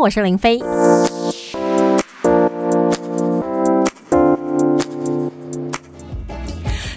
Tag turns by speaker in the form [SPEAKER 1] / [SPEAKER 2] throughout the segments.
[SPEAKER 1] 我是林飞。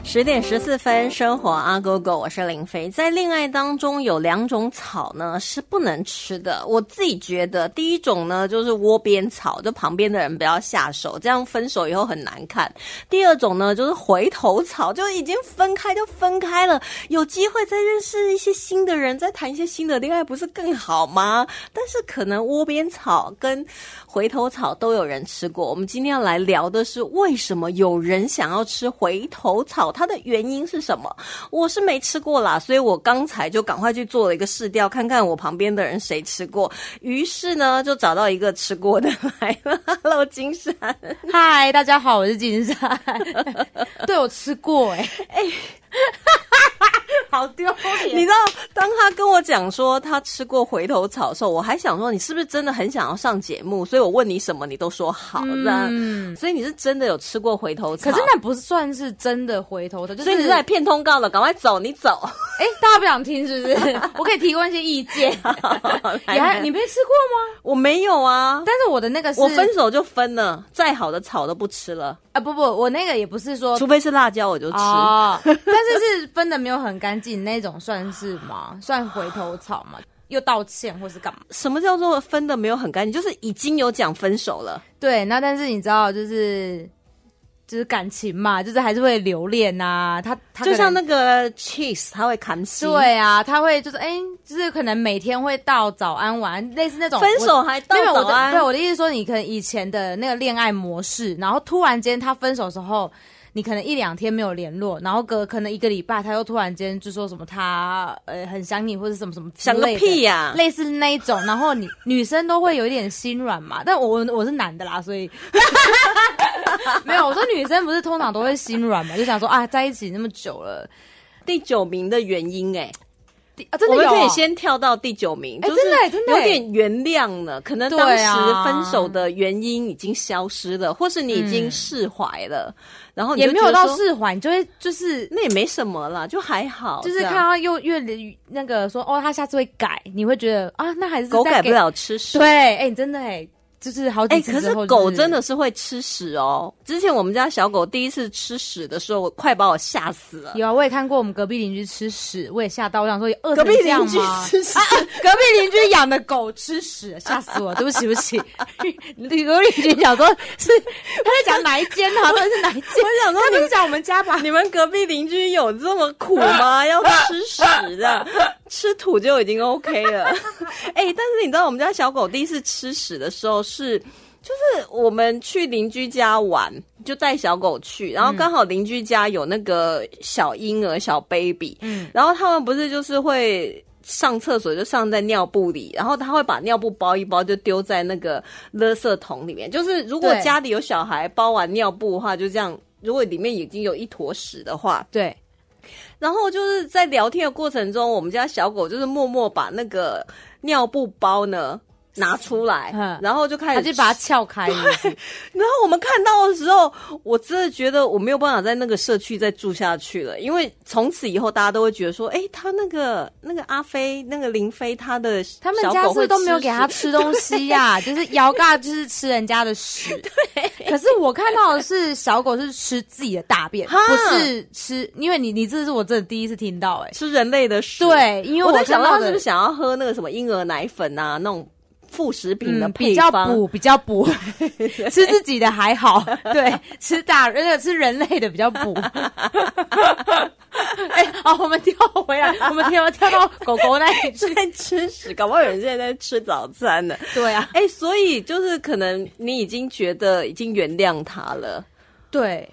[SPEAKER 1] 十点十四分，生活阿狗狗，我是林飞。在恋爱当中，有两种草呢是不能吃的。我自己觉得，第一种呢就是窝边草，就旁边的人不要下手，这样分手以后很难看。第二种呢就是回头草，就已经分开就分开了，有机会再认识一些新的人，再谈一些新的恋爱，不是更好吗？但是可能窝边草跟回头草都有人吃过。我们今天要来聊的是，为什么有人想要吃回头草？它的原因是什么？我是没吃过啦，所以我刚才就赶快去做了一个试调，看看我旁边的人谁吃过。于是呢，就找到一个吃过的来了。Hello，金山，
[SPEAKER 2] 嗨，大家好，我是金 山。对，我吃过、欸，哎、欸， 好丢脸！
[SPEAKER 1] 你知道，当他跟我讲说他吃过回头草的时候，我还想说你是不是真的很想要上节目？所以我问你什么，你都说好的。嗯，所以你是真的有吃过回头草？
[SPEAKER 2] 可是那不算是真的回。头的，就是、
[SPEAKER 1] 所以你是来骗通告的，赶快走，你 走。
[SPEAKER 2] 哎、欸，大家不想听是不是？ 哎我可以提供一些意 见。你还你没吃过吗？
[SPEAKER 1] 我没有啊，
[SPEAKER 2] 但是我的那个是，
[SPEAKER 1] 我分手就分了，再好的草都不吃了。
[SPEAKER 2] 啊不不，我那个也不是说，
[SPEAKER 1] 除非是辣椒我就吃。
[SPEAKER 2] 哦，但是是分的没有很干净那种，算是吗？算回头草吗？又道歉或是干嘛？
[SPEAKER 1] 什么叫做分的没有很干净？就是已经有讲分手了。
[SPEAKER 2] 对，那但是你知道就是。就是感情嘛，就是还是会留恋呐、啊。他他
[SPEAKER 1] 就像那个 cheese，他会砍死。
[SPEAKER 2] 对啊，他会就是哎、欸，就是可能每天会道早安晚安，类似那种
[SPEAKER 1] 分手还道早安。
[SPEAKER 2] 对我的意思说，你可能以前的那个恋爱模式，然后突然间他分手时候，你可能一两天没有联络，然后隔可能一个礼拜，他又突然间就说什么他呃很想你或者什么什么
[SPEAKER 1] 想个屁呀、
[SPEAKER 2] 啊，类似那一种。然后你女生都会有一点心软嘛，但我我是男的啦，所以。 没有，我说女生不是通常都会心软嘛，就想说啊，在一起那么久了，
[SPEAKER 1] 第九名的原因哎、欸。
[SPEAKER 2] 啊，真的、哦、
[SPEAKER 1] 我们可以先跳到第九名，
[SPEAKER 2] 欸、
[SPEAKER 1] 就是
[SPEAKER 2] 真
[SPEAKER 1] 的有点原谅了，可能当时分手的原因已经消失了，啊、或是你已经释怀了，嗯、然后
[SPEAKER 2] 啊也没有到释怀，你就会就是
[SPEAKER 1] 那也没什么啦，就还好，
[SPEAKER 2] 就是看到又越那个说哦，他下次会改，你会觉得啊，那还是
[SPEAKER 1] 狗改不了吃屎，
[SPEAKER 2] 对，哎、欸，真的哎、欸。就是好几次、
[SPEAKER 1] 就是欸、可是狗真的是会吃屎哦！之前我们家小狗第一次吃屎的时候，我快把我吓死了。
[SPEAKER 2] 有啊，我也看过我们隔壁邻居吃屎，我也吓到，我想说饿
[SPEAKER 1] 成
[SPEAKER 2] 这样
[SPEAKER 1] 吗？隔壁邻居吃屎，啊
[SPEAKER 2] 啊、隔壁邻居养的狗吃屎，吓死我！对不起，对不起。隔壁邻居想说是他在讲哪一间啊？到底是哪一间？
[SPEAKER 1] 我想说
[SPEAKER 2] 你们讲我们家吧。
[SPEAKER 1] 你们隔壁邻居有这么苦吗？要吃屎的，吃土就已经 OK 了。哎欸，但是你知道我们家小狗第一次吃屎的时候。是，就是我们去邻居家玩，就带小狗去，然后刚好邻居家有那个小婴儿、小 baby，嗯，然后他们不是就是会上厕所就上在尿布里，然后他会把尿布包一包就丢在那个垃圾桶里面，就是如果家里有小孩包完尿布的话，就这样，如果里面已经有一坨屎的话，
[SPEAKER 2] 对。
[SPEAKER 1] 然后就是在聊天的过程中，我们家小狗就是默默把那个尿布包呢。拿出来，嗯、然后就开始
[SPEAKER 2] 就把它撬开。
[SPEAKER 1] 然后我们看到的时候，我真的觉得我没有办法在那个社区再住下去了，因为从此以后大家都会觉得说，哎，他那个那个阿飞、那个林飞，他的
[SPEAKER 2] 他们家是都没有给他吃东西呀、啊，就是摇嘎就是吃人家的屎。
[SPEAKER 1] 对。
[SPEAKER 2] 可是我看到的是小狗是吃自己的大便，不是吃，因为你你这是我真的第一次听到、欸，哎，
[SPEAKER 1] 吃人类的屎。
[SPEAKER 2] 对，因为
[SPEAKER 1] 我在
[SPEAKER 2] 想
[SPEAKER 1] 到他是不是想要喝那个什么婴儿奶粉啊那种。副食品的、嗯、
[SPEAKER 2] 比较 补，比较 补，吃自己的还好，对，吃大那个吃人类的比较补。 哎欸，好，我们跳回来，我们跳跳到狗狗那里
[SPEAKER 1] 去吃屎，搞不好有人现在在吃早餐呢。
[SPEAKER 2] 对啊，
[SPEAKER 1] 哎、欸，所以就是可能你已经觉得已经原谅他了，
[SPEAKER 2] 对。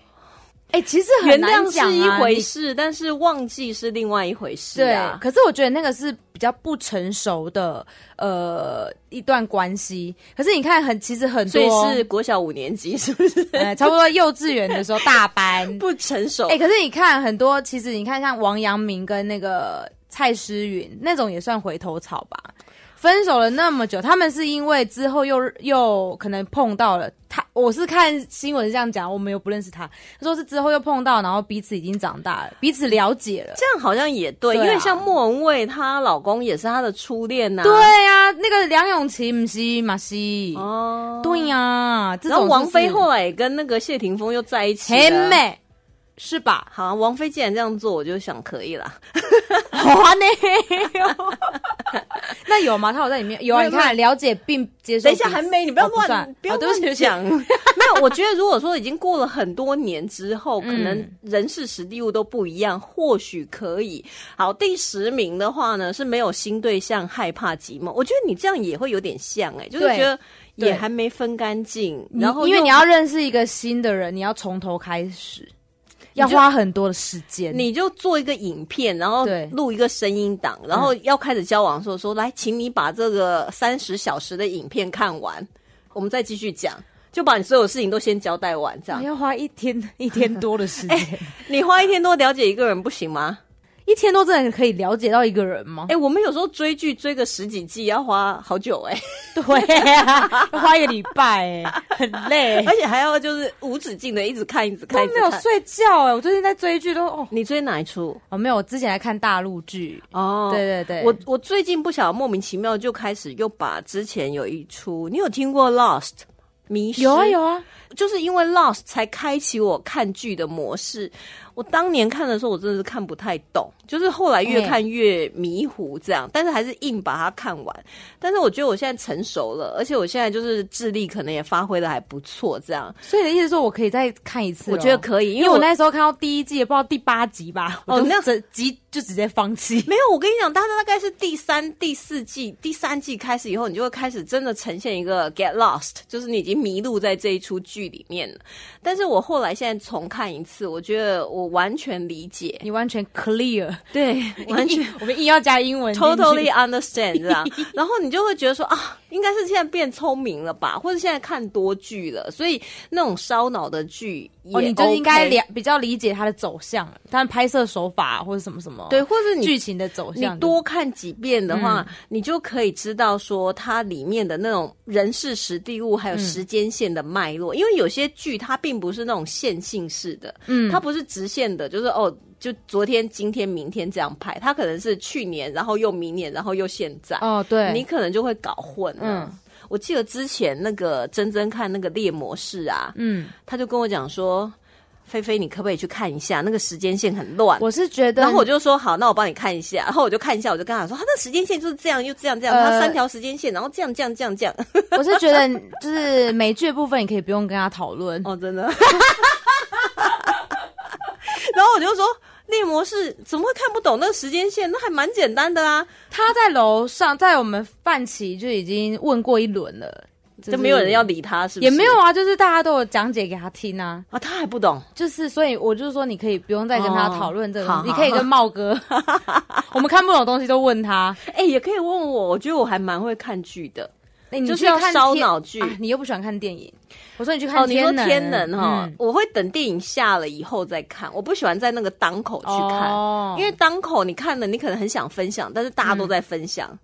[SPEAKER 2] 哎、欸，其实、啊、
[SPEAKER 1] 原谅是一回事，但是忘记是另外一回事、
[SPEAKER 2] 啊。对，可是我觉得那个是比较不成熟的呃一段关系。可是你看很，很其实很
[SPEAKER 1] 多，所以是国小五年级 是不是？
[SPEAKER 2] 呃、嗯，差不多幼稚园的时候大班
[SPEAKER 1] 不成熟。
[SPEAKER 2] 哎、欸，可是你看很多，其实你看像王阳明跟那个蔡诗芸那种也算回头草吧。分手了那么久，他们是因为之后又又可能碰到了他，我是看新闻是这样讲，我们又不认识他，他说是之后又碰到，然后彼此已经长大了，彼此了解了。
[SPEAKER 1] 这样好像也对，
[SPEAKER 2] 对啊
[SPEAKER 1] 因为像莫文蔚，她老公也是她的初恋啊呐、
[SPEAKER 2] 对呀、那个梁咏琪不是马西，
[SPEAKER 1] 哦，
[SPEAKER 2] 对呀、这
[SPEAKER 1] 然后
[SPEAKER 2] 种
[SPEAKER 1] 王菲
[SPEAKER 2] 后
[SPEAKER 1] 后来也跟那个谢霆锋又在一起
[SPEAKER 2] 很
[SPEAKER 1] 了。
[SPEAKER 2] 美，是吧？
[SPEAKER 1] 好，王菲既然这样做，我就想可以啦。
[SPEAKER 2] 好啊呢。 那有吗？他有在里面有啊？
[SPEAKER 1] 没有
[SPEAKER 2] 你看，了解并接受。
[SPEAKER 1] 等一下，还没，你不要
[SPEAKER 2] 哦不
[SPEAKER 1] 乱，
[SPEAKER 2] 算
[SPEAKER 1] 不要
[SPEAKER 2] 哦对不起
[SPEAKER 1] 乱讲。 没有，我觉得如果说已经过了很多年之后，可能人事实地物都不一样，或许可以。好，第十名的话呢，是没有新对象，害怕寂寞。我觉得你这样也会有点像、哎，就是
[SPEAKER 2] 对
[SPEAKER 1] 觉得也
[SPEAKER 2] 对
[SPEAKER 1] 还没分干净，
[SPEAKER 2] 你
[SPEAKER 1] 然后
[SPEAKER 2] 因为
[SPEAKER 1] 又
[SPEAKER 2] 你要认识一个新的人，你要从头开始，
[SPEAKER 1] 你
[SPEAKER 2] 要
[SPEAKER 1] 就
[SPEAKER 2] 花很多的时间。
[SPEAKER 1] 你就做一个影片，然后
[SPEAKER 2] 对
[SPEAKER 1] 录一个声音档，然后要开始交往的时候说，来，请你把这个三十小时的影片看完，我们再继续讲，就把你所有事情都先交代完，这样
[SPEAKER 2] 还。要花一天 一天多的 时间，
[SPEAKER 1] 你花一天多了解一个人不行吗？
[SPEAKER 2] 哎一天多真的可以了解到一个人吗
[SPEAKER 1] 哎、？我们有时候追剧追个十几季要花好久哎、
[SPEAKER 2] 对呀， 要花一个礼拜，哎，很累，
[SPEAKER 1] 而且还要就是无止境的一直看，一直
[SPEAKER 2] 都
[SPEAKER 1] 看，一
[SPEAKER 2] 没
[SPEAKER 1] 直
[SPEAKER 2] 有
[SPEAKER 1] 看。
[SPEAKER 2] 睡觉哎。我最近在追剧都哦
[SPEAKER 1] 你追哪一出？
[SPEAKER 2] 哦没有，我之前在看大陆剧，
[SPEAKER 1] 哦
[SPEAKER 2] 对对对，
[SPEAKER 1] 我我最近不晓得莫名其妙就开始又把之前有一出，你有听过《Lost》迷失？
[SPEAKER 2] 有啊有啊，
[SPEAKER 1] 就是因为《Lost》才开启我看剧的模式。我当年看的时候，我真的是看不太懂，就是后来越看越迷糊这样，但是还是硬把它看完。但是我觉得我现在成熟了，而且我现在就是智力可能也发挥的还不错，这样
[SPEAKER 2] 所以你的意思是说我可以再看一次咯？
[SPEAKER 1] 我觉得可以，因
[SPEAKER 2] 哦因
[SPEAKER 1] 为
[SPEAKER 2] 为我
[SPEAKER 1] 我
[SPEAKER 2] 那时候看到第一季，也不知道第八集吧，
[SPEAKER 1] 哦
[SPEAKER 2] 我就
[SPEAKER 1] 那
[SPEAKER 2] 直急就直接放弃。
[SPEAKER 1] 没有，我跟你讲，大家大概是第三、第四季、第三季开始以后，你就会开始真的呈现一个 get lost，就是你已经迷路在这一出剧里面了。但是我后来现在重看一次，我觉得我完全理解，
[SPEAKER 2] 你完全 clear，
[SPEAKER 1] 对，完全。
[SPEAKER 2] 我们硬要加英文进去
[SPEAKER 1] totally understand 这 样，然后你就会觉得说啊，应该是现在变聪明了吧，或者现在看多剧了，所以那种烧脑的剧也 OK、
[SPEAKER 2] 哦，你就应该了比较理解它的走向，它的拍摄手法啊或者什么什么，
[SPEAKER 1] 对，，或者你
[SPEAKER 2] 剧情的走
[SPEAKER 1] 哦你嗯
[SPEAKER 2] 向。
[SPEAKER 1] 多看几遍的话，你就可以知道说它里面的那种人事、实地物还有时间线的脉络，因为有些剧它并不是那种线性式的，嗯，它不是直线的，就是哦。就昨天、今天、明天这样拍，它可能是去年，然后又明年，然后又现在。
[SPEAKER 2] 哦，对，
[SPEAKER 1] 你可能就会搞混了。
[SPEAKER 2] 嗯
[SPEAKER 1] 我记得之前那个珍珍看那个《猎魔士》啊，
[SPEAKER 2] 嗯，
[SPEAKER 1] 他就跟我讲说：“菲菲，你可不可以去看一下？那个时间线很乱。”
[SPEAKER 2] 我是觉得，
[SPEAKER 1] 然后我就说好，那我帮你看一下。然后我就看一下，我就跟他说，他啊那时间线就是这样，又这样这样，
[SPEAKER 2] 呃
[SPEAKER 1] 他三条时间线，然后这样这样这样这 样。
[SPEAKER 2] 我是觉得，就是美剧的部分，你可以不用跟他讨论。
[SPEAKER 1] 哦，真的。 然后我就说，猎魔士怎么会看不懂那个时间线？那还蛮简单的啊，
[SPEAKER 2] 他在楼上，在我们范奇就已经问过一轮了，就
[SPEAKER 1] 就是没有人要，理他，是不是？
[SPEAKER 2] 也没有啊，就是大家都有讲解给他听啊。
[SPEAKER 1] 啊，他还不懂。
[SPEAKER 2] 就是，所以我就说，你可以不用再跟他讨论这个
[SPEAKER 1] 哦
[SPEAKER 2] 东西，你
[SPEAKER 1] 好
[SPEAKER 2] 可以跟茂哥， 我们看不懂的东西都问他。
[SPEAKER 1] 哎、也可以问我，我觉得我还蛮会看剧的。
[SPEAKER 2] 欸你
[SPEAKER 1] 就是
[SPEAKER 2] 去
[SPEAKER 1] 要
[SPEAKER 2] 看
[SPEAKER 1] 烧
[SPEAKER 2] 天
[SPEAKER 1] 脑剧
[SPEAKER 2] 啊你又不喜欢看电影。我说你去
[SPEAKER 1] 哦，
[SPEAKER 2] 看
[SPEAKER 1] 你说
[SPEAKER 2] 能，
[SPEAKER 1] 天能哈、
[SPEAKER 2] 嗯
[SPEAKER 1] 我会等电影下了以后再看，我不喜欢在那个当口去看。
[SPEAKER 2] 哦
[SPEAKER 1] 因为当口你看了，你可能很想分享，但是大家都在分享，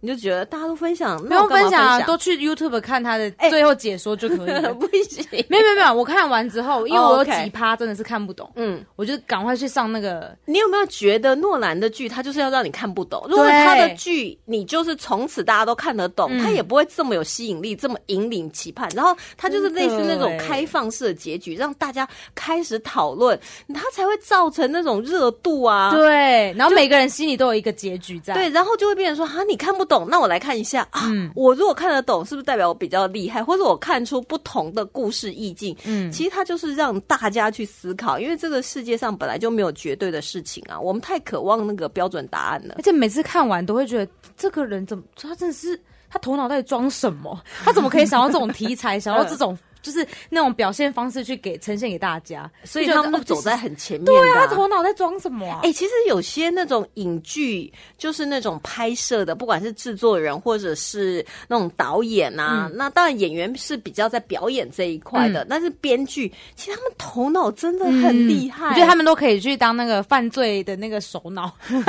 [SPEAKER 1] 你就觉得大家都分享，
[SPEAKER 2] 嗯不
[SPEAKER 1] 那我
[SPEAKER 2] 用
[SPEAKER 1] 干嘛
[SPEAKER 2] 分
[SPEAKER 1] 分
[SPEAKER 2] 享啊，
[SPEAKER 1] 享哎
[SPEAKER 2] 都去 YouTube 看他的最后解说就可以 了。
[SPEAKER 1] 不行。
[SPEAKER 2] 没有没有没有，我看完之后，因为
[SPEAKER 1] 哦
[SPEAKER 2] 我有
[SPEAKER 1] ，OK
[SPEAKER 2] 几趴真的是看不懂，
[SPEAKER 1] 嗯，
[SPEAKER 2] 我就赶快去上那个。
[SPEAKER 1] 你有没有觉得诺兰的剧，他就是要让你看不懂？如果他的剧你就是从此大家都看得懂，他也不会这么有吸引力，这么引领期盼。然后他就是类似那种
[SPEAKER 2] 真的欸
[SPEAKER 1] 开放式的结局，让大家开始讨论，他才会造成那种热度啊。
[SPEAKER 2] 对，然后每个人心里都有一个结局在。
[SPEAKER 1] 对，然后就会变成说啊，你看不懂，那我来看一下啊。
[SPEAKER 2] 嗯
[SPEAKER 1] 我如果看得懂，是不是代表我比较厉害，或者我看出不同的故事意境？嗯，其实它就是让大家去思考，因为这个世界上本来就没有绝对的事情啊，我们太渴望那个标准答案了
[SPEAKER 2] 而。且每次看完都会觉得这个 人怎么，他真的是他头脑到底装什么？他怎么可以想到这种题材，想到这种就是那种表现方式去给呈现给大家，
[SPEAKER 1] 所以
[SPEAKER 2] 就觉
[SPEAKER 1] 他
[SPEAKER 2] 得
[SPEAKER 1] 们都
[SPEAKER 2] 哦
[SPEAKER 1] 走在
[SPEAKER 2] 这是
[SPEAKER 1] 很前面的、
[SPEAKER 2] 对啊，他头脑在装什么啊？
[SPEAKER 1] 哎、其实有些那种影剧，就是那种拍摄的，不管是制作人或者是那种导演啊，
[SPEAKER 2] 嗯
[SPEAKER 1] 那当然演员是比较在表演这一块的，但是编剧其实他们头脑真的很厉害，
[SPEAKER 2] 嗯我觉得他们都可以去当那个犯罪的那个首脑， 因为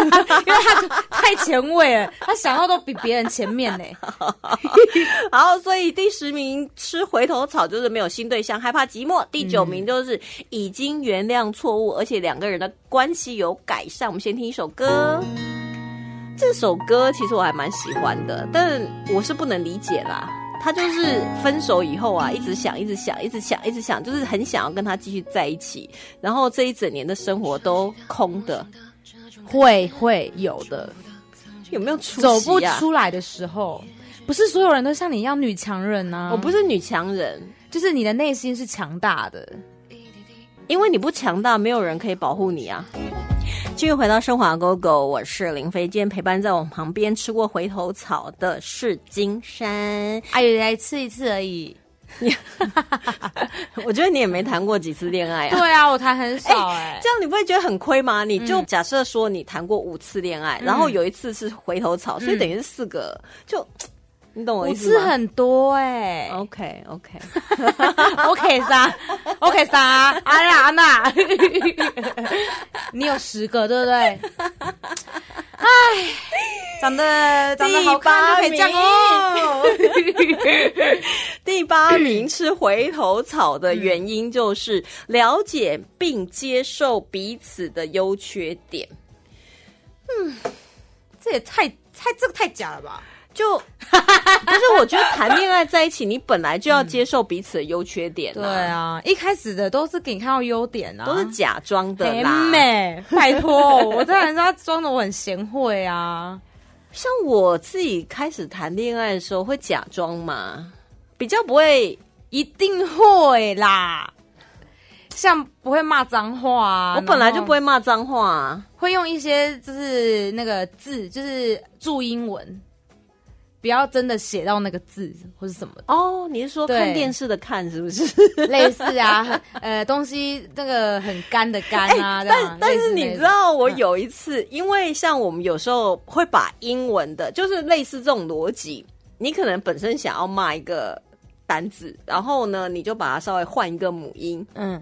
[SPEAKER 2] 他就太前卫了，他想到都比别人前面呢、
[SPEAKER 1] 然后，所以第十名吃回头草就是没有新对象，害怕寂寞；第九名就是已经原谅错误，而且两个人的关系有改善。我们先听一首歌，这首歌其实我还蛮喜欢的，但我是不能理解啦。他就是分手以后啊，一直想，一直想，一直想，一直想，就是很想要跟他继续在一起，然后这一整年的生活都空的，
[SPEAKER 2] 会会有的，
[SPEAKER 1] 有没有出、啊？
[SPEAKER 2] 走不。出来的时候，不是所有人都像你一样女强人呐、
[SPEAKER 1] 哦我不
[SPEAKER 2] 是，
[SPEAKER 1] 是女强人，
[SPEAKER 2] 就是你的内心是强大的。
[SPEAKER 1] 因为你不强大，没有人可以保护你啊。继续回到生华狗狗，我是林飞。今天陪伴在我旁边吃过回头草的是金山。
[SPEAKER 2] 哎呀，来吃一次而已。
[SPEAKER 1] 我觉得你也没谈过几次恋爱
[SPEAKER 2] 对
[SPEAKER 1] 啊。
[SPEAKER 2] 啊，我谈很少哎、
[SPEAKER 1] 这样你不会觉得很亏吗？你
[SPEAKER 2] 嗯
[SPEAKER 1] 就假设说你谈过五次恋爱，然后有一次是回头草，所以等于是四个，就你懂我
[SPEAKER 2] 嗯五
[SPEAKER 1] 意思
[SPEAKER 2] 次
[SPEAKER 1] 吗
[SPEAKER 2] 很多哎、
[SPEAKER 1] ？OK OK，
[SPEAKER 2] OK 三，OK 三，安娜安娜， 你有十个对不对？哎，长得长得好看就可以这样 哦。
[SPEAKER 1] 第八名吃回头草的原因就是了解并接受彼此的优缺点。
[SPEAKER 2] 这也太太这个太假了吧？
[SPEAKER 1] 就不是，我觉得谈恋爱在一起，你本来就要接受彼此的优缺点、
[SPEAKER 2] 对，啊，一开始的都是给你看到优点啊，
[SPEAKER 1] 都是假装的
[SPEAKER 2] 很
[SPEAKER 1] 啦。
[SPEAKER 2] 美，拜托，我当然知道装的我很贤惠啊。
[SPEAKER 1] 像我自己开始谈恋爱的时候，会假装嘛，比较不会。
[SPEAKER 2] 一定会啦。像不会骂脏话啊，
[SPEAKER 1] 我本来
[SPEAKER 2] 然后
[SPEAKER 1] 就不会骂脏话、啊，
[SPEAKER 2] 会用一些就是那个字，就是注英文，不要真的写到那个字或是 什么
[SPEAKER 1] 哦，你是说
[SPEAKER 2] 对
[SPEAKER 1] 看电视的看是不是？
[SPEAKER 2] 类似啊，很呃，东西那个很干的干啊，这样
[SPEAKER 1] 哎但但是
[SPEAKER 2] 类似那
[SPEAKER 1] 你
[SPEAKER 2] 种嗯
[SPEAKER 1] 知道，我有一次，因为像我们有时候会把英文的，就是类似这种逻辑，你可能本身想要骂一个单字，然后呢，你就把它稍微换一个母音，
[SPEAKER 2] 嗯，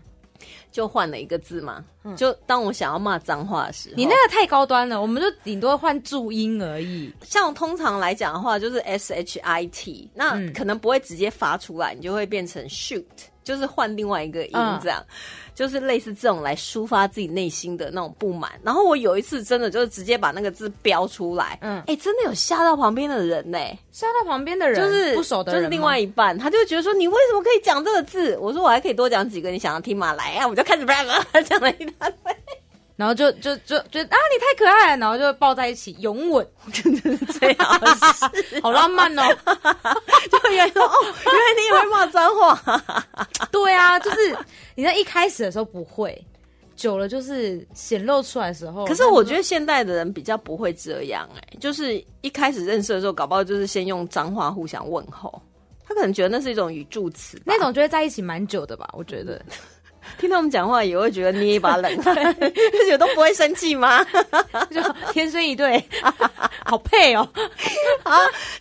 [SPEAKER 1] 就换了一个字嘛。就当我想要骂脏话的时候，
[SPEAKER 2] 你那个太高端了，我们就顶多换注音而已。
[SPEAKER 1] 像通常来讲的话，就是 S H I T，那
[SPEAKER 2] 嗯
[SPEAKER 1] 可能不会直接发出来，你就会变成 shoot，就是换另外一个音
[SPEAKER 2] 嗯
[SPEAKER 1] 这样，就是类似这种来抒发自己内心的那种不满。然后我有一次真的就是直接把那个字标出来，嗯
[SPEAKER 2] 嗯，
[SPEAKER 1] 哎、真的有吓到旁边的人呢、
[SPEAKER 2] 吓到旁边的人，
[SPEAKER 1] 就是
[SPEAKER 2] 不熟的
[SPEAKER 1] 就
[SPEAKER 2] 人
[SPEAKER 1] 是
[SPEAKER 2] 吗，
[SPEAKER 1] 另外一半，他就会觉得说你为什么可以讲这个字？我说我还可以多讲几个，你想要听吗？来啊，我就开始讲了一大堆。
[SPEAKER 2] 然后就就就觉得啊，你太可爱了，然后就抱在一起拥吻，
[SPEAKER 1] 最好
[SPEAKER 2] 啊
[SPEAKER 1] 是，
[SPEAKER 2] 好浪漫哦。
[SPEAKER 1] 就原来说哦，原来 你也会骂脏话。
[SPEAKER 2] 对啊，就是你在一开始的时候不会，久了就是显露出来的时候。
[SPEAKER 1] 可是我觉得现代的人比较不会这样、哎，就是一开始认识的时候，搞不好就是先用脏话互相问候，他可能觉得那是一种语助词吧，
[SPEAKER 2] 那种就会在一起蛮久的吧，我觉得。
[SPEAKER 1] 听他们讲话也会觉得捏一把冷汗， 就觉得都不会生气吗？嗯
[SPEAKER 2] 就天生一对， 好配哦。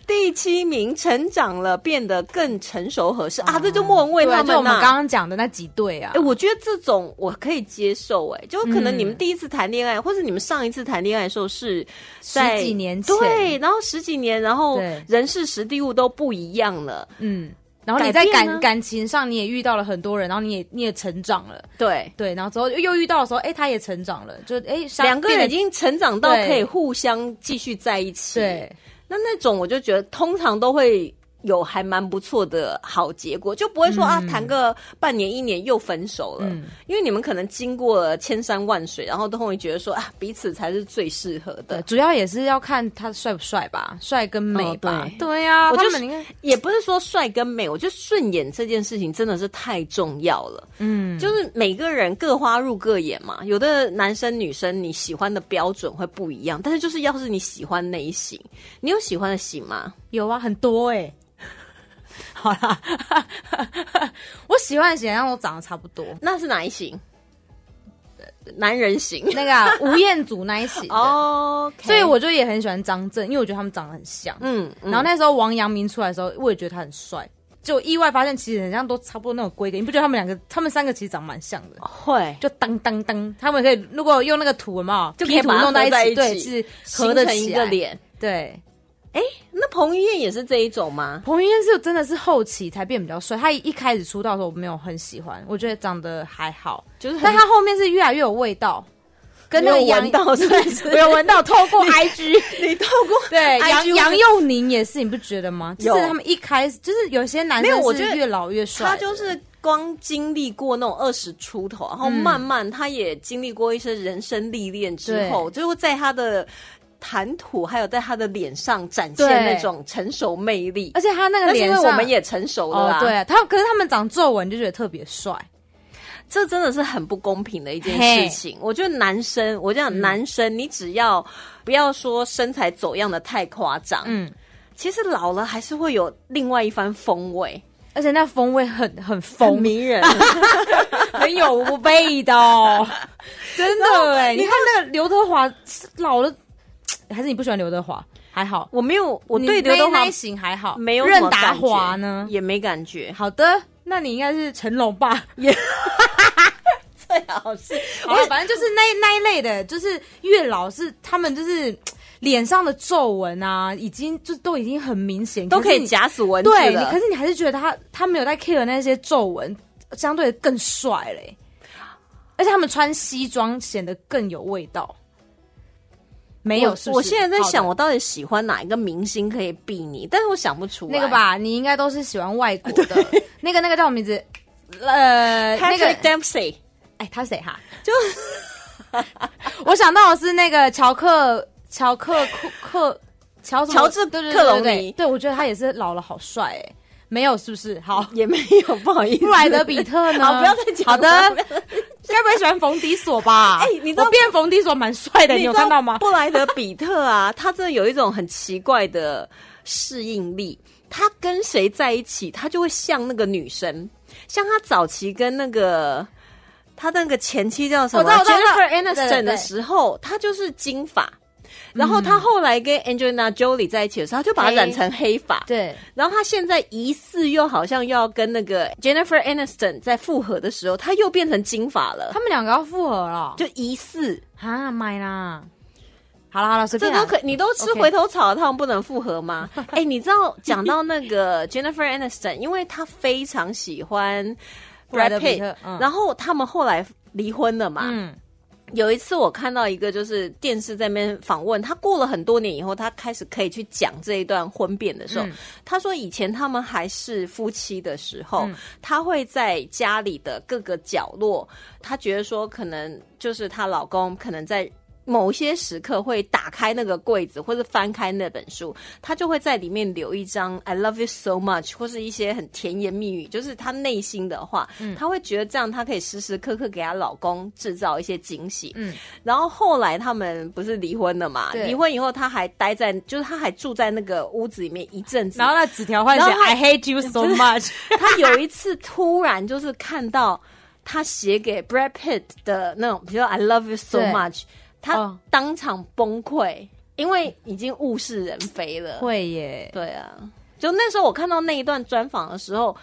[SPEAKER 1] 第七名，成长了，变得更成熟合适啊，这就莫文蔚他
[SPEAKER 2] 啊，就我
[SPEAKER 1] 们
[SPEAKER 2] 们
[SPEAKER 1] 呐、
[SPEAKER 2] 刚刚讲的那几对啊
[SPEAKER 1] 哎、，我觉得这种我可以接受、哎，就可能你们第一次谈恋爱，或者你们上一次谈恋爱的时候是在
[SPEAKER 2] 十几年前
[SPEAKER 1] 对，然后十几年，然后
[SPEAKER 2] 对
[SPEAKER 1] 人事时地物都不一样了，
[SPEAKER 2] 嗯，然后你
[SPEAKER 1] 改
[SPEAKER 2] 在
[SPEAKER 1] 变啊
[SPEAKER 2] 感、
[SPEAKER 1] 呢
[SPEAKER 2] 感情上你也遇到了很多人，然后你也你也成长了，
[SPEAKER 1] 对，
[SPEAKER 2] 对，然后之后又又遇到的时候，哎、他也成长了，就哎相
[SPEAKER 1] 两个人已
[SPEAKER 2] 变得
[SPEAKER 1] 经成长到
[SPEAKER 2] 对
[SPEAKER 1] 可以互相继续在一起。，
[SPEAKER 2] 对，
[SPEAKER 1] 那那种我就觉得通常都会有还蛮不错的好结果，就不会说、啊谈个半年一年又分手了，
[SPEAKER 2] 嗯
[SPEAKER 1] 因为你们可能经过了千山万水，然后都会觉得说啊彼此才是最适合
[SPEAKER 2] 对，
[SPEAKER 1] 的。
[SPEAKER 2] 主要也是要看他帅不帅吧，帅跟美吧，
[SPEAKER 1] 哦对
[SPEAKER 2] 对呀、
[SPEAKER 1] 我
[SPEAKER 2] 他
[SPEAKER 1] 就
[SPEAKER 2] 们
[SPEAKER 1] 是
[SPEAKER 2] 你看，
[SPEAKER 1] 也不是说帅跟美，我觉得顺眼这件事情真的是太重要了。
[SPEAKER 2] 嗯，
[SPEAKER 1] 就是每个人各花入各眼嘛，有的男生女生你喜欢的标准会不一样，但是就是要是你喜欢那一型，你有喜欢的型吗？
[SPEAKER 2] 有啊，很多哎、欸 好啦， 我喜欢的型让我长得差不多，
[SPEAKER 1] 那是哪一型？男人 型。
[SPEAKER 2] 那 个、啊、吴彦祖那一型的。
[SPEAKER 1] 哦，
[SPEAKER 2] 所以我就也很喜欢张震，因为我觉得他们长得很像。
[SPEAKER 1] 嗯，嗯
[SPEAKER 2] 然后那时候王阳明出来的时候，我也觉得他很帅。就意外发现，其实很像都差不多那种规格。你不觉得他们两个、他们三个其实长蛮像的？
[SPEAKER 1] 会
[SPEAKER 2] 就当当当，他们可以如果用那个图嘛，
[SPEAKER 1] 就可以
[SPEAKER 2] 图
[SPEAKER 1] 把它
[SPEAKER 2] 弄到
[SPEAKER 1] 合在
[SPEAKER 2] 起，
[SPEAKER 1] 一
[SPEAKER 2] 对，
[SPEAKER 1] 起
[SPEAKER 2] 是合
[SPEAKER 1] 合
[SPEAKER 2] 得
[SPEAKER 1] 成
[SPEAKER 2] 起
[SPEAKER 1] 一
[SPEAKER 2] 来
[SPEAKER 1] 个。脸。
[SPEAKER 2] 对，
[SPEAKER 1] 那彭于晏也是这一种吗？
[SPEAKER 2] 彭于晏是真的是后期才变比较帅，他一开始出道的时候我没有很喜欢，我觉得长得还好，
[SPEAKER 1] 就是很
[SPEAKER 2] 但他后面是越来越有味道，跟那个
[SPEAKER 1] 你有
[SPEAKER 2] 杨
[SPEAKER 1] 闻到是不 是
[SPEAKER 2] 我有闻到，透过 IG。
[SPEAKER 1] 你透过
[SPEAKER 2] 对，杨
[SPEAKER 1] IG
[SPEAKER 2] 杨佑宁也是，你不觉得吗？就
[SPEAKER 1] 哎有
[SPEAKER 2] 是他们一开始，就是有些男
[SPEAKER 1] 没有我
[SPEAKER 2] 生
[SPEAKER 1] 觉得
[SPEAKER 2] 是越老越帅的，
[SPEAKER 1] 他就是光经历过那种二十出头，然
[SPEAKER 2] 嗯
[SPEAKER 1] 后慢慢他也经历过一些人生历练之后，就会在他的谈吐还有在他的脸上展现
[SPEAKER 2] 对
[SPEAKER 1] 那种成熟魅力。
[SPEAKER 2] 而且他那个
[SPEAKER 1] 但是因
[SPEAKER 2] 脸
[SPEAKER 1] 为
[SPEAKER 2] 上，
[SPEAKER 1] 我们也成熟了
[SPEAKER 2] 哦
[SPEAKER 1] 啦，，
[SPEAKER 2] 对啊，他可是他们长皱纹就觉得特别帅，
[SPEAKER 1] 这真的是很不公平的一件
[SPEAKER 2] 嘿
[SPEAKER 1] 事
[SPEAKER 2] 嗯
[SPEAKER 1] 情。我觉得男生，我讲男生，你只要不要说身材走样的太夸张，
[SPEAKER 2] 嗯，
[SPEAKER 1] 其实老了还是会有另外一番风味，
[SPEAKER 2] 而且那风味很很
[SPEAKER 1] 很
[SPEAKER 2] 风，
[SPEAKER 1] 迷人。
[SPEAKER 2] 很有味 道，真的哎！你看那个刘德华是老了，还是你不喜欢刘德华？还好，
[SPEAKER 1] 我没有，我
[SPEAKER 2] 你
[SPEAKER 1] 对刘德华
[SPEAKER 2] 那一那一型还好，
[SPEAKER 1] 没有什
[SPEAKER 2] 任
[SPEAKER 1] 么
[SPEAKER 2] 达
[SPEAKER 1] 感觉
[SPEAKER 2] 华呢？
[SPEAKER 1] 也没感觉。
[SPEAKER 2] 好的，那你应该是成龙 吧？
[SPEAKER 1] 最好啊是
[SPEAKER 2] 好了，反正就是那 那一类的，就是月老是他们就是脸上的皱纹啊，已经就都已经很明显，
[SPEAKER 1] 都可
[SPEAKER 2] 是
[SPEAKER 1] 以
[SPEAKER 2] 你
[SPEAKER 1] 假死文字
[SPEAKER 2] 对你，
[SPEAKER 1] 了
[SPEAKER 2] 可是你还是觉得他他没有在 care 那些皱纹，相对更帅嘞、而且他们穿西装显得更有味道。没有，
[SPEAKER 1] 我
[SPEAKER 2] 是不是
[SPEAKER 1] 我现在在想，
[SPEAKER 2] 好
[SPEAKER 1] 我到底喜欢哪一个明星可以避你？但是我想不出
[SPEAKER 2] 的
[SPEAKER 1] 来
[SPEAKER 2] 那个。吧，你应该都是喜欢外国 的，那个那个叫什么名字？呃，那个
[SPEAKER 1] Patrick Dempsey
[SPEAKER 2] 哎，他是谁哈？
[SPEAKER 1] 就
[SPEAKER 2] 我想到的是那个乔克乔克库克乔什么
[SPEAKER 1] 乔治
[SPEAKER 2] 对对对
[SPEAKER 1] 克隆尼
[SPEAKER 2] 对对对，我觉得他也是老了好帅哎、没有是不是？好，
[SPEAKER 1] 也没有，不好意思。
[SPEAKER 2] 哦 布莱德比特 呢？
[SPEAKER 1] 好不要再讲了
[SPEAKER 2] 好的
[SPEAKER 1] 不要，
[SPEAKER 2] 该不会喜欢冯迪索吧？
[SPEAKER 1] 哎你知道
[SPEAKER 2] 我变冯迪索蛮帅的，你
[SPEAKER 1] 知
[SPEAKER 2] 有
[SPEAKER 1] 道
[SPEAKER 2] 看到吗？
[SPEAKER 1] 布莱德比特啊，他真的有一种很奇怪的适应力。他跟谁在一起，他就会像那个女生，像他早期跟那个他那个前妻叫什么
[SPEAKER 2] 我知道我知道
[SPEAKER 1] Jennifer
[SPEAKER 2] 对对对嗯
[SPEAKER 1] Aniston 的时候，他就是金发。然后他后来跟 Angelina Jolie 在一起的时候，他就把它
[SPEAKER 2] 黑
[SPEAKER 1] 染成黑发。
[SPEAKER 2] 对，
[SPEAKER 1] 然后他现在疑似又好像又要跟那个 Jennifer Aniston 在复合的时候，他又变成金发了，
[SPEAKER 2] 他们两个要复合了，
[SPEAKER 1] 就疑似。
[SPEAKER 2] 啊，买啦！好了好了，随
[SPEAKER 1] 这
[SPEAKER 2] 便啊
[SPEAKER 1] 都
[SPEAKER 2] 啦。
[SPEAKER 1] 可，你都吃
[SPEAKER 2] OK
[SPEAKER 1] 回头草，他们不能复合 吗？哎、你知道讲到那个 Jennifer Aniston，因为她非常喜欢
[SPEAKER 2] 布莱
[SPEAKER 1] Brad
[SPEAKER 2] 德
[SPEAKER 1] Pitt，
[SPEAKER 2] 比特嗯
[SPEAKER 1] 然后他们后来离婚了嘛。
[SPEAKER 2] 嗯，
[SPEAKER 1] 有一次我看到一个就是电视在那边访问，他过了很多年以后，他开始可以去讲这一段婚变的时
[SPEAKER 2] 嗯
[SPEAKER 1] 候，他说以前他们还是夫妻的时候，
[SPEAKER 2] 嗯
[SPEAKER 1] 他会在家里的各个角落，他觉得说可能就是她老公可能在。某些时刻会打开那个柜子，或者翻开那本书，他就会在里面留一张 "I love you so much" 或是一些很甜言蜜语，就是他内心的话，
[SPEAKER 2] 嗯
[SPEAKER 1] 他会觉得这样他可以时时刻刻给她老公制造一些惊喜。
[SPEAKER 2] 嗯，
[SPEAKER 1] 然后后来他们不是离婚了嘛？
[SPEAKER 2] 对
[SPEAKER 1] 离婚以后，他还待在，就是他还住在那个屋子里面一阵子，
[SPEAKER 2] 然后那纸条换写
[SPEAKER 1] 然后他
[SPEAKER 2] I hate you so much，
[SPEAKER 1] 他有一次突然就是看到他写给 Brad Pitt 的那种，比如说 I love you so
[SPEAKER 2] 对
[SPEAKER 1] much，他
[SPEAKER 2] 哦
[SPEAKER 1] 当场崩溃，因为已经物是人非了。
[SPEAKER 2] 会耶。
[SPEAKER 1] 对啊，就那时候我看到那一段专访的时候。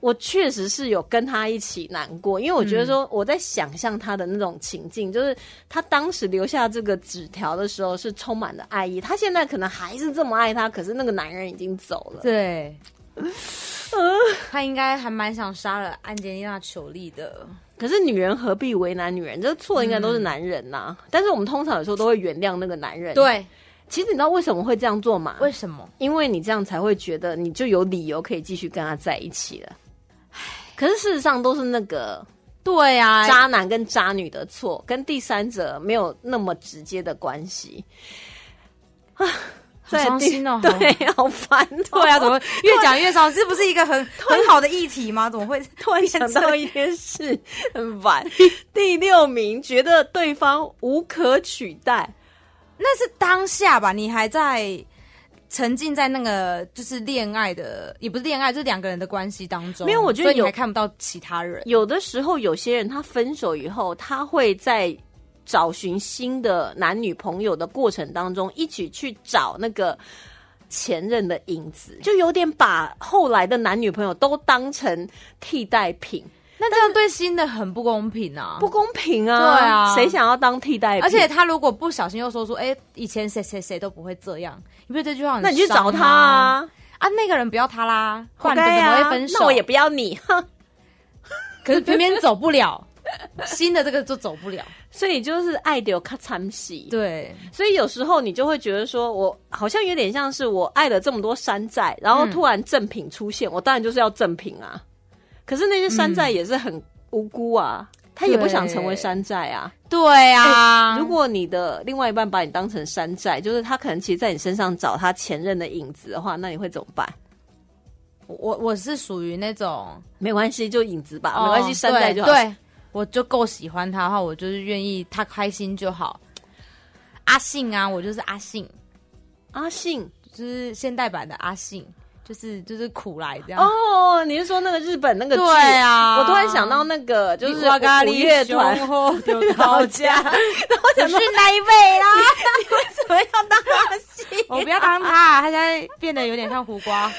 [SPEAKER 1] 我确实是有跟他一起难过，因为我觉得
[SPEAKER 2] 嗯
[SPEAKER 1] 说我在想象他的那种情境，就是他当时留下这个纸条的时候是充满了爱意，他现在可能还是这么爱他，可是那个男人已经走了。
[SPEAKER 2] 对，他应该还蛮想杀了安吉丽娜·裘丽的。
[SPEAKER 1] 可是女人何必为难女人？这错应该都是男人呐、但是我们通常有时候都会原谅那个男人。，
[SPEAKER 2] 嗯对，
[SPEAKER 1] 其实你知道为什么会这样做吗？
[SPEAKER 2] 为什么？
[SPEAKER 1] 因为你这样才会觉得你就有理由可以继续跟他在一起了。可是事实上都是那个
[SPEAKER 2] 对啊，
[SPEAKER 1] 渣男跟渣女的错，跟第三者没有那么直接的关系。
[SPEAKER 2] 好伤
[SPEAKER 1] 对
[SPEAKER 2] 心 哦。
[SPEAKER 1] 对，好烦、哦。
[SPEAKER 2] 对啊，怎么越讲越伤？这不是一个很很好的议题吗？怎么会
[SPEAKER 1] 突然想到一件事，很烦。第六名觉得对方无可取代，
[SPEAKER 2] 那是当下吧？你还在沉浸在那个就是恋爱的，也不是恋爱，就是两个人的关系当中。
[SPEAKER 1] 没有我觉得
[SPEAKER 2] 所以你
[SPEAKER 1] 有
[SPEAKER 2] 还看不到其他人。
[SPEAKER 1] 有的时候，有些人他分手以后，他会在找寻新的男女朋友的过程当中，一起去找那个前任的影子，就有点把后来的男女朋友都当成替代品，
[SPEAKER 2] 那这样对新的很不公平啊！
[SPEAKER 1] 不公平啊！
[SPEAKER 2] 对啊
[SPEAKER 1] 谁想要当替代品？
[SPEAKER 2] 而且他如果不小心又说出，哎、以前谁谁谁都不会这样，你不觉得这句话很
[SPEAKER 1] 那你去
[SPEAKER 2] 伤
[SPEAKER 1] 找他
[SPEAKER 2] 吗
[SPEAKER 1] 啊，
[SPEAKER 2] 啊，那个人不要他啦，不
[SPEAKER 1] 活
[SPEAKER 2] 然你
[SPEAKER 1] 该
[SPEAKER 2] 们怎么
[SPEAKER 1] 啊！
[SPEAKER 2] 会分手？
[SPEAKER 1] 那我也不要你， 哼。
[SPEAKER 2] 可是偏偏走不了，新的这个就走不了。
[SPEAKER 1] 所以就是爱的有咔惨戏，
[SPEAKER 2] 对，
[SPEAKER 1] 所以有时候你就会觉得说，我好像有点像是我爱了这么多山寨，然
[SPEAKER 2] 嗯
[SPEAKER 1] 后突然正品出现，我当然就是要正品啊。可是那些山寨也是很无辜啊，他也不想成为山寨啊。
[SPEAKER 2] 嗯对啊，
[SPEAKER 1] 如果你的另外一半把你当成山寨，就是他可能其实在你身上找他前任的影子的话，那你会怎么办？
[SPEAKER 2] 我我是属于那种
[SPEAKER 1] 没关系，就影子吧，没关系，
[SPEAKER 2] 哦
[SPEAKER 1] 山寨就好。
[SPEAKER 2] 对，对我就够喜欢他的话，我就是愿意他开心就好。阿信啊，我就是阿信，
[SPEAKER 1] 阿信
[SPEAKER 2] 就是现代版的阿信，就是就是苦来这样。
[SPEAKER 1] 哦，你是说那个日本那个剧？
[SPEAKER 2] 啊对啊，
[SPEAKER 1] 我突然想到那个就是
[SPEAKER 2] 你花咖
[SPEAKER 1] 五
[SPEAKER 2] 喱
[SPEAKER 1] 乐 团
[SPEAKER 2] 雄厚的
[SPEAKER 1] 吵
[SPEAKER 2] 哦 高
[SPEAKER 1] 架，然后
[SPEAKER 2] 我
[SPEAKER 1] 想
[SPEAKER 2] 是
[SPEAKER 1] 说
[SPEAKER 2] 哪一位啦？
[SPEAKER 1] 怎么要当阿信？
[SPEAKER 2] 我不要当他，他现在变得有点像胡瓜。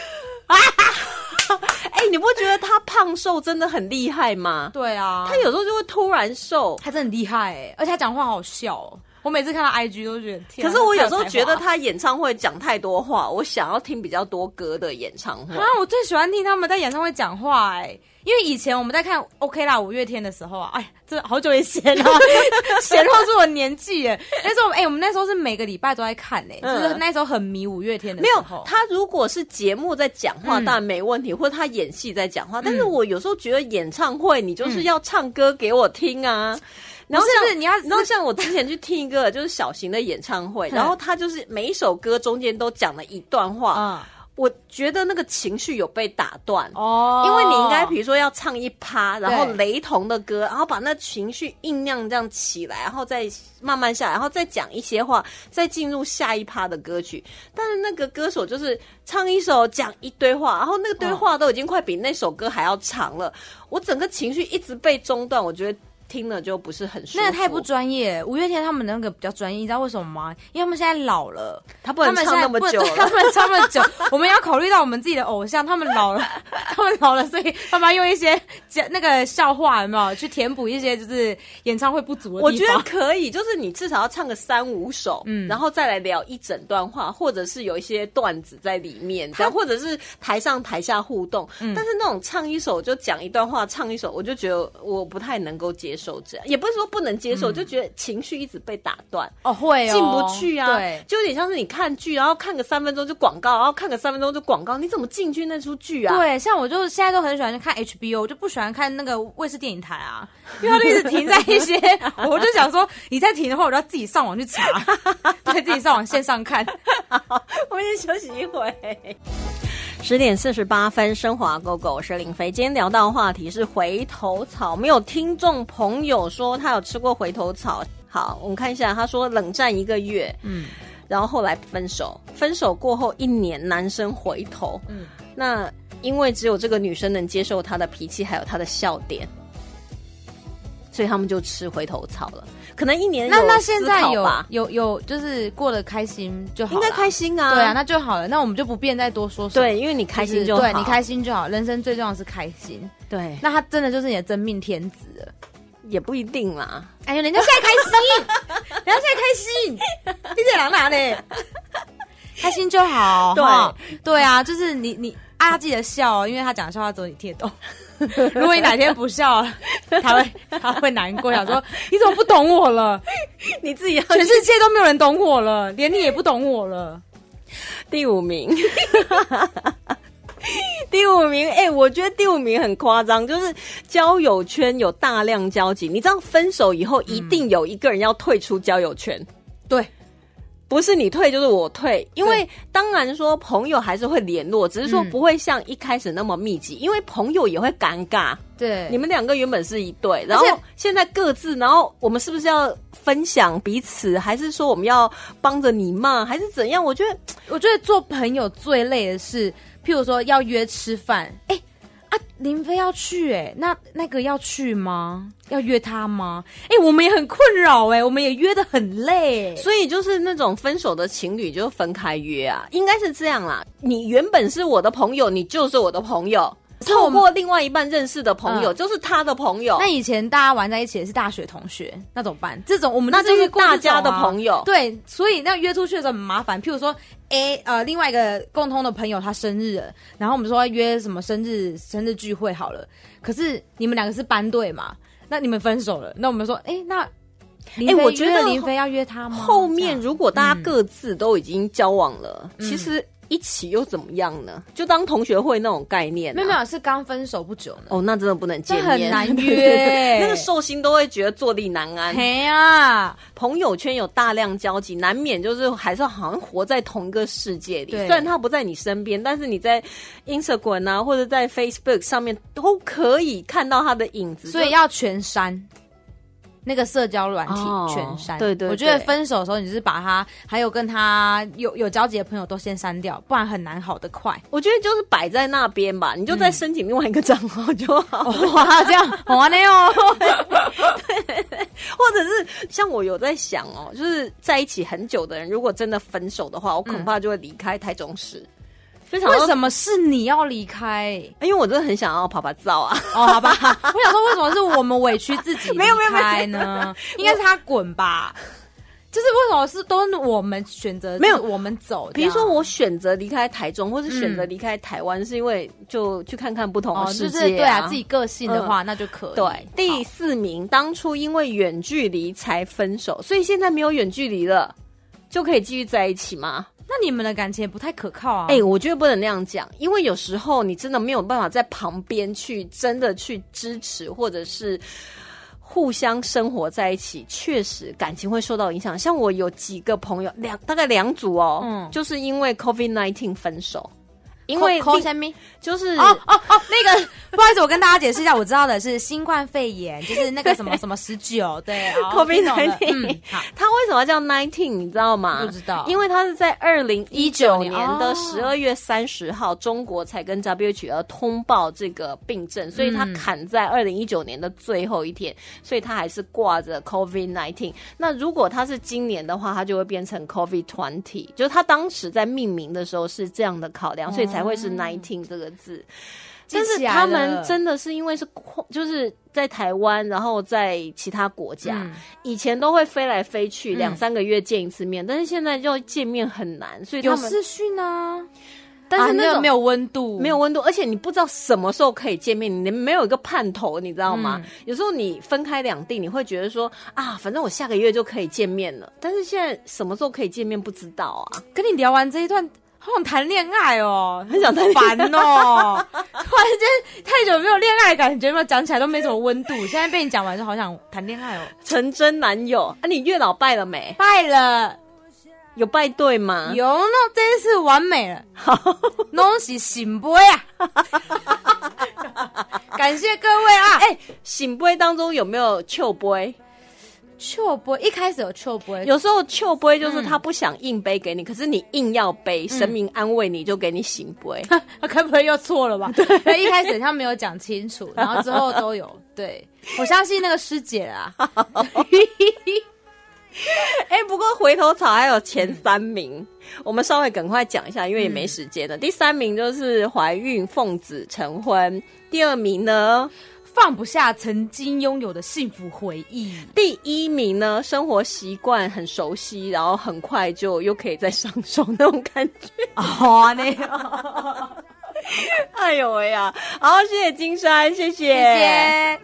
[SPEAKER 1] 哎、你不觉得他胖瘦真的很厉害吗？
[SPEAKER 2] 对啊，
[SPEAKER 1] 他有时候就会突然瘦，
[SPEAKER 2] 他真的很厉害哎、而且他讲话好笑、哦，我每次看他 IG 都觉得天
[SPEAKER 1] 可
[SPEAKER 2] 啊。
[SPEAKER 1] 是我有时候
[SPEAKER 2] 才华
[SPEAKER 1] 觉得他演唱会讲太多话，我想要听比较多歌的演唱会
[SPEAKER 2] 啊。，我最喜欢听他们在演唱会讲话哎、因为以前我们在看 OK 啦五月天的时候啊，哎，这好久以前了， 显露出我年纪哎。那时候哎、我们那时候是每个礼拜都在看哎、
[SPEAKER 1] 嗯
[SPEAKER 2] 就是那时候很迷五月天的
[SPEAKER 1] 没
[SPEAKER 2] 时候。
[SPEAKER 1] 有，他如果是节目在讲话，
[SPEAKER 2] 嗯
[SPEAKER 1] 当然没问题，或者他演戏在讲话。但是我有时候觉得演唱会，你就是要唱歌给我听啊。然后
[SPEAKER 2] 嗯不是
[SPEAKER 1] 像
[SPEAKER 2] 不是你要
[SPEAKER 1] 然后像我之前去听一个就是小型的演唱会，
[SPEAKER 2] 嗯
[SPEAKER 1] 然后他就是每一首歌中间都讲了一段话，
[SPEAKER 2] 嗯
[SPEAKER 1] 我觉得那个情绪有被打断。
[SPEAKER 2] 哦
[SPEAKER 1] 因为你应该，比如说要唱一趴，然后
[SPEAKER 2] 对
[SPEAKER 1] 雷同的歌，然后把那情绪酝酿这样起来，然后再慢慢下来，然后再讲一些话，再进入下一趴的歌曲。但是那个歌手就是唱一首讲一堆话，然后那堆话都已经快比那首歌还要长了，我整个情绪一直被中断，我觉得听了就不是很舒服。
[SPEAKER 2] 那个太不专业，五月天他们那个比较专业，你知道为什么吗？因为他们现在老了，
[SPEAKER 1] 他不
[SPEAKER 2] 他
[SPEAKER 1] 能
[SPEAKER 2] 们现
[SPEAKER 1] 唱那
[SPEAKER 2] 在不
[SPEAKER 1] 么 久
[SPEAKER 2] 他
[SPEAKER 1] 了。
[SPEAKER 2] 们唱那么久，我们要考虑到我们自己的偶像，他们老了， 他们老了，所以他们要用一些讲那个笑话有没有去填补一些就是演唱会不足的地方？
[SPEAKER 1] 我觉 得可以，就是你至少要唱个三五首，
[SPEAKER 2] 嗯
[SPEAKER 1] 然后再来聊一整段话，或者是有一些段子在里面，这样或者是台上台下互动。
[SPEAKER 2] 嗯
[SPEAKER 1] 但是那种唱一首就讲一段话，唱一首，我就觉得我不太能够接受这样，也不是说不能接
[SPEAKER 2] 嗯
[SPEAKER 1] 受，就觉得情绪一直被打断。
[SPEAKER 2] 哦会哦
[SPEAKER 1] 进不去啊
[SPEAKER 2] 对，，
[SPEAKER 1] 就有点像是你看剧，然后看个三分钟就广告，然后看个三分钟就广告，你怎么进去那出剧啊？
[SPEAKER 2] 对，像我就现在都很喜欢去看 HBO，我就不喜欢看那个卫视电影台啊，因为它就一直停在一些， 我就想说，你再停的话，我就要自己上网去查， 对自己上网线上看。
[SPEAKER 1] 我们先休息一会。十点四十八分，升华 GO GO，我是林飞。今天聊到的话题是回头草，没有听众朋友说他有吃过回头草。好，我们看一下，他说冷战一个月，嗯，然后后来分手，分手过后一年，男生回头，嗯，那因为只有这个女生能接受他的脾气，还有他的笑点，所以他们就吃回头草了。可能一年
[SPEAKER 2] 那
[SPEAKER 1] 有
[SPEAKER 2] 那现
[SPEAKER 1] 思
[SPEAKER 2] 在
[SPEAKER 1] 考
[SPEAKER 2] 有
[SPEAKER 1] 吧，
[SPEAKER 2] 有有，就是过得开心就好
[SPEAKER 1] 应
[SPEAKER 2] 啦，
[SPEAKER 1] 该开心啊，
[SPEAKER 2] 对啊，那就好了。那我们就不便再多说什么。
[SPEAKER 1] 对，因为你开
[SPEAKER 2] 就是
[SPEAKER 1] 心就好，
[SPEAKER 2] 对你开心就好，人生最重要的是开心。
[SPEAKER 1] 对，
[SPEAKER 2] 那他真的就是你的真命天子了。
[SPEAKER 1] 也不一定啦。
[SPEAKER 2] 哎呦，人家现在开心， 人家现在开心，你在哪哪嘞？开心就好，
[SPEAKER 1] 对
[SPEAKER 2] 哈对啊，就是你你啊，记得笑哦，因为他讲的笑话只有你听得懂。 如果你哪天不笑，他会他会难过，想说你怎么不懂我了？
[SPEAKER 1] 你自己要
[SPEAKER 2] 全世界都没有人懂我了，连你也不懂我了。
[SPEAKER 1] 第五名。 第五名，哎、我觉得第五名很夸张，就是交友圈有大量交集。你知道，分手以后一定有一个人要退出交友圈，
[SPEAKER 2] 对，
[SPEAKER 1] 不是你退就是我退。因为当然说朋友还是会联络，只是说
[SPEAKER 2] 嗯
[SPEAKER 1] 不会像一开始那么密集，因为朋友也会尴尬。
[SPEAKER 2] 对
[SPEAKER 1] 你们两个原本是一对，然后
[SPEAKER 2] 而且
[SPEAKER 1] 现在各自，然后我们是不是要分享彼此，还是说我们要帮着你骂，还是怎样？我觉得
[SPEAKER 2] 我觉得做朋友最累的是，譬如说要约吃饭，哎、啊，林飞要去、哎，那那个要去吗？要约他吗？哎、我们也很困扰，哎，我们也约的很累、哎
[SPEAKER 1] 所以就是那种分手的情侣就分开约啊，应该是这样啦。你原本是我的朋友，你就是我的朋友。透过另外一半认识的朋友，
[SPEAKER 2] 嗯
[SPEAKER 1] 就是他的朋友。
[SPEAKER 2] 那以前大家玩在一起也是大学同学，那怎么办？这种我们
[SPEAKER 1] 那
[SPEAKER 2] 就
[SPEAKER 1] 就是
[SPEAKER 2] 过这
[SPEAKER 1] 大家的
[SPEAKER 2] 种啊
[SPEAKER 1] 朋友
[SPEAKER 2] 对，所以那约出去的时候很麻烦。譬如说，A 呃，另外一个共通的朋友他生日了，然后我们说要约什么生日生日聚会好了，可是你们两个是班队嘛，那你们分手了，那我们说，哎、那林飞
[SPEAKER 1] 我觉得
[SPEAKER 2] 约林飞要约他吗？
[SPEAKER 1] 后面
[SPEAKER 2] 这样
[SPEAKER 1] 如果大家各自都已经交往了，
[SPEAKER 2] 嗯
[SPEAKER 1] 其实一起又怎么样呢？就当同学会那种概念、啊。
[SPEAKER 2] 没有没有是刚分手不久呢。
[SPEAKER 1] 哦，那真的不能见面，
[SPEAKER 2] 这很难约
[SPEAKER 1] 对对对 那个寿星都会觉得坐立难安。
[SPEAKER 2] 嘿呀、
[SPEAKER 1] 朋友圈有大量交集，难免就是还是好像活在同一个世界里。
[SPEAKER 2] 对
[SPEAKER 1] 虽然他不在你身边，但是你在 Instagram 啊，或者在 Facebook 上面都可以看到他的影子。
[SPEAKER 2] 所以
[SPEAKER 1] 就
[SPEAKER 2] 要全删。那个社交软体
[SPEAKER 1] 哦
[SPEAKER 2] 全删、
[SPEAKER 1] 对对
[SPEAKER 2] 我觉得
[SPEAKER 1] 对
[SPEAKER 2] 分手的时候，你是把他还有跟他有有交集的朋友都先删掉，不然很难好得 快。
[SPEAKER 1] 我觉得就是摆在那边吧，你就再申请另外一个账号就好。
[SPEAKER 2] 哇，这样好玩呢哦。
[SPEAKER 1] 或者是像我有在想哦，就是在一起很久的人，如果真的分手的话，我恐怕就会离开台中市。非常
[SPEAKER 2] 嗯
[SPEAKER 1] 哎
[SPEAKER 2] 为什么是你要离开？
[SPEAKER 1] 因为我真的很想要爬爬照啊！
[SPEAKER 2] 哦，好吧，我想说，为什么是我们委屈自己
[SPEAKER 1] 没有没有没有
[SPEAKER 2] 离开呢？ 应该是他滚吧。就是为什么是都是我们选择，
[SPEAKER 1] 没有
[SPEAKER 2] 就是我们走这
[SPEAKER 1] 比
[SPEAKER 2] 样？
[SPEAKER 1] 如说我选择离开台中，或是选择离开台湾，是因为就去看看不同
[SPEAKER 2] 嗯哦，
[SPEAKER 1] 的
[SPEAKER 2] 就
[SPEAKER 1] 世
[SPEAKER 2] 是
[SPEAKER 1] 界、嗯
[SPEAKER 2] 对啊，自己个性的话，那就可以。
[SPEAKER 1] 对第四名，当初因为远距离才分手，所以现在没有远距离了，就可以继续在一起吗？
[SPEAKER 2] 那你们的感情也不太可靠啊。
[SPEAKER 1] 哎、我觉得不能那样讲，因为有时候你真的没有办法在旁边去真的去支持，或者是互相生活在一起，确实感情会受到影响。像我有几个朋友，两大概两组哦，
[SPEAKER 2] 嗯
[SPEAKER 1] 就是因为 COVID nineteen 分手，因为
[SPEAKER 2] 抠
[SPEAKER 1] 另
[SPEAKER 2] 下面
[SPEAKER 1] 就是
[SPEAKER 2] 哦哦哦，那个不好意思，我跟大家解释一下，我知道的是新冠肺炎，就是那个什么什么十九，对
[SPEAKER 1] COVID
[SPEAKER 2] 19嗯
[SPEAKER 1] 19，
[SPEAKER 2] 好，
[SPEAKER 1] 他为什么叫 nineteen，你知道吗？
[SPEAKER 2] 不知道
[SPEAKER 1] 因为他是在二零一九年的
[SPEAKER 2] 哦
[SPEAKER 1] 十二月三十号，中国才跟 WHO 通报这个病症，所以
[SPEAKER 2] 嗯
[SPEAKER 1] 他砍在二零一九年的最后一天，所以他还是挂着 COVID nineteen。那如果他是今年的话，他就会变成 COVID twenty，就是他当时在命名的时候是这样的考量，所以才会
[SPEAKER 2] 哦
[SPEAKER 1] 是 nineteen 这个字。但是
[SPEAKER 2] 记起来
[SPEAKER 1] 他们
[SPEAKER 2] 了
[SPEAKER 1] 真的是因为是跨就是在台湾，然后在其他国家，
[SPEAKER 2] 嗯
[SPEAKER 1] 以前都会飞来飞去，两
[SPEAKER 2] 嗯
[SPEAKER 1] 三个月见一次面，但是现在要见面很难，所以他
[SPEAKER 2] 有
[SPEAKER 1] 们
[SPEAKER 2] 视讯啊，
[SPEAKER 1] 但是
[SPEAKER 2] 啊
[SPEAKER 1] 那
[SPEAKER 2] 个
[SPEAKER 1] 种
[SPEAKER 2] 没有温度，
[SPEAKER 1] 没有温度，而且你不知道什么时候可以见面，你没有一个盼头，你知道吗？
[SPEAKER 2] 嗯
[SPEAKER 1] 有时候你分开两地，你会觉得说啊，反正我下个月就可以见面了，但是现在什么时候可以见面不知道啊。
[SPEAKER 2] 跟你聊完这一段，好想谈恋爱哦，很
[SPEAKER 1] 想谈恋
[SPEAKER 2] 烦哦。 突然间太久没有恋爱的感觉，没有讲起来都没什么温度。现在被你讲完，就好想谈恋爱哦。
[SPEAKER 1] 成真男友啊，你月老拜了没？
[SPEAKER 2] 拜了，
[SPEAKER 1] 有拜对吗？
[SPEAKER 2] 有那这一次完美了，弄是醒波呀！ 感谢各位啊！哎、
[SPEAKER 1] 哎、醒杯当中有没有秋杯？
[SPEAKER 2] 秋波一开始有秋波，
[SPEAKER 1] 有时候秋杯就是他不想硬杯给你，可是你硬要杯，神明安慰你就给你醒杯。
[SPEAKER 2] 他 该不会又错了吧？对，一开始他没有讲清 楚，然后之后都有。对，我相信那个师姐 啊，
[SPEAKER 1] 哎、不过回头草还有前三名， 嗯我们稍微赶快讲一下，因为也没时间了。第三名就是怀孕、奉子成婚，第二名呢，
[SPEAKER 2] 放不下曾经拥有的幸福回忆。
[SPEAKER 1] 第一名呢，生活习惯很熟悉，然后很快就又可以再上手那种感觉。
[SPEAKER 2] 哦，那个
[SPEAKER 1] 哎呦喂呀、好，谢谢金山，谢谢，
[SPEAKER 2] 谢谢。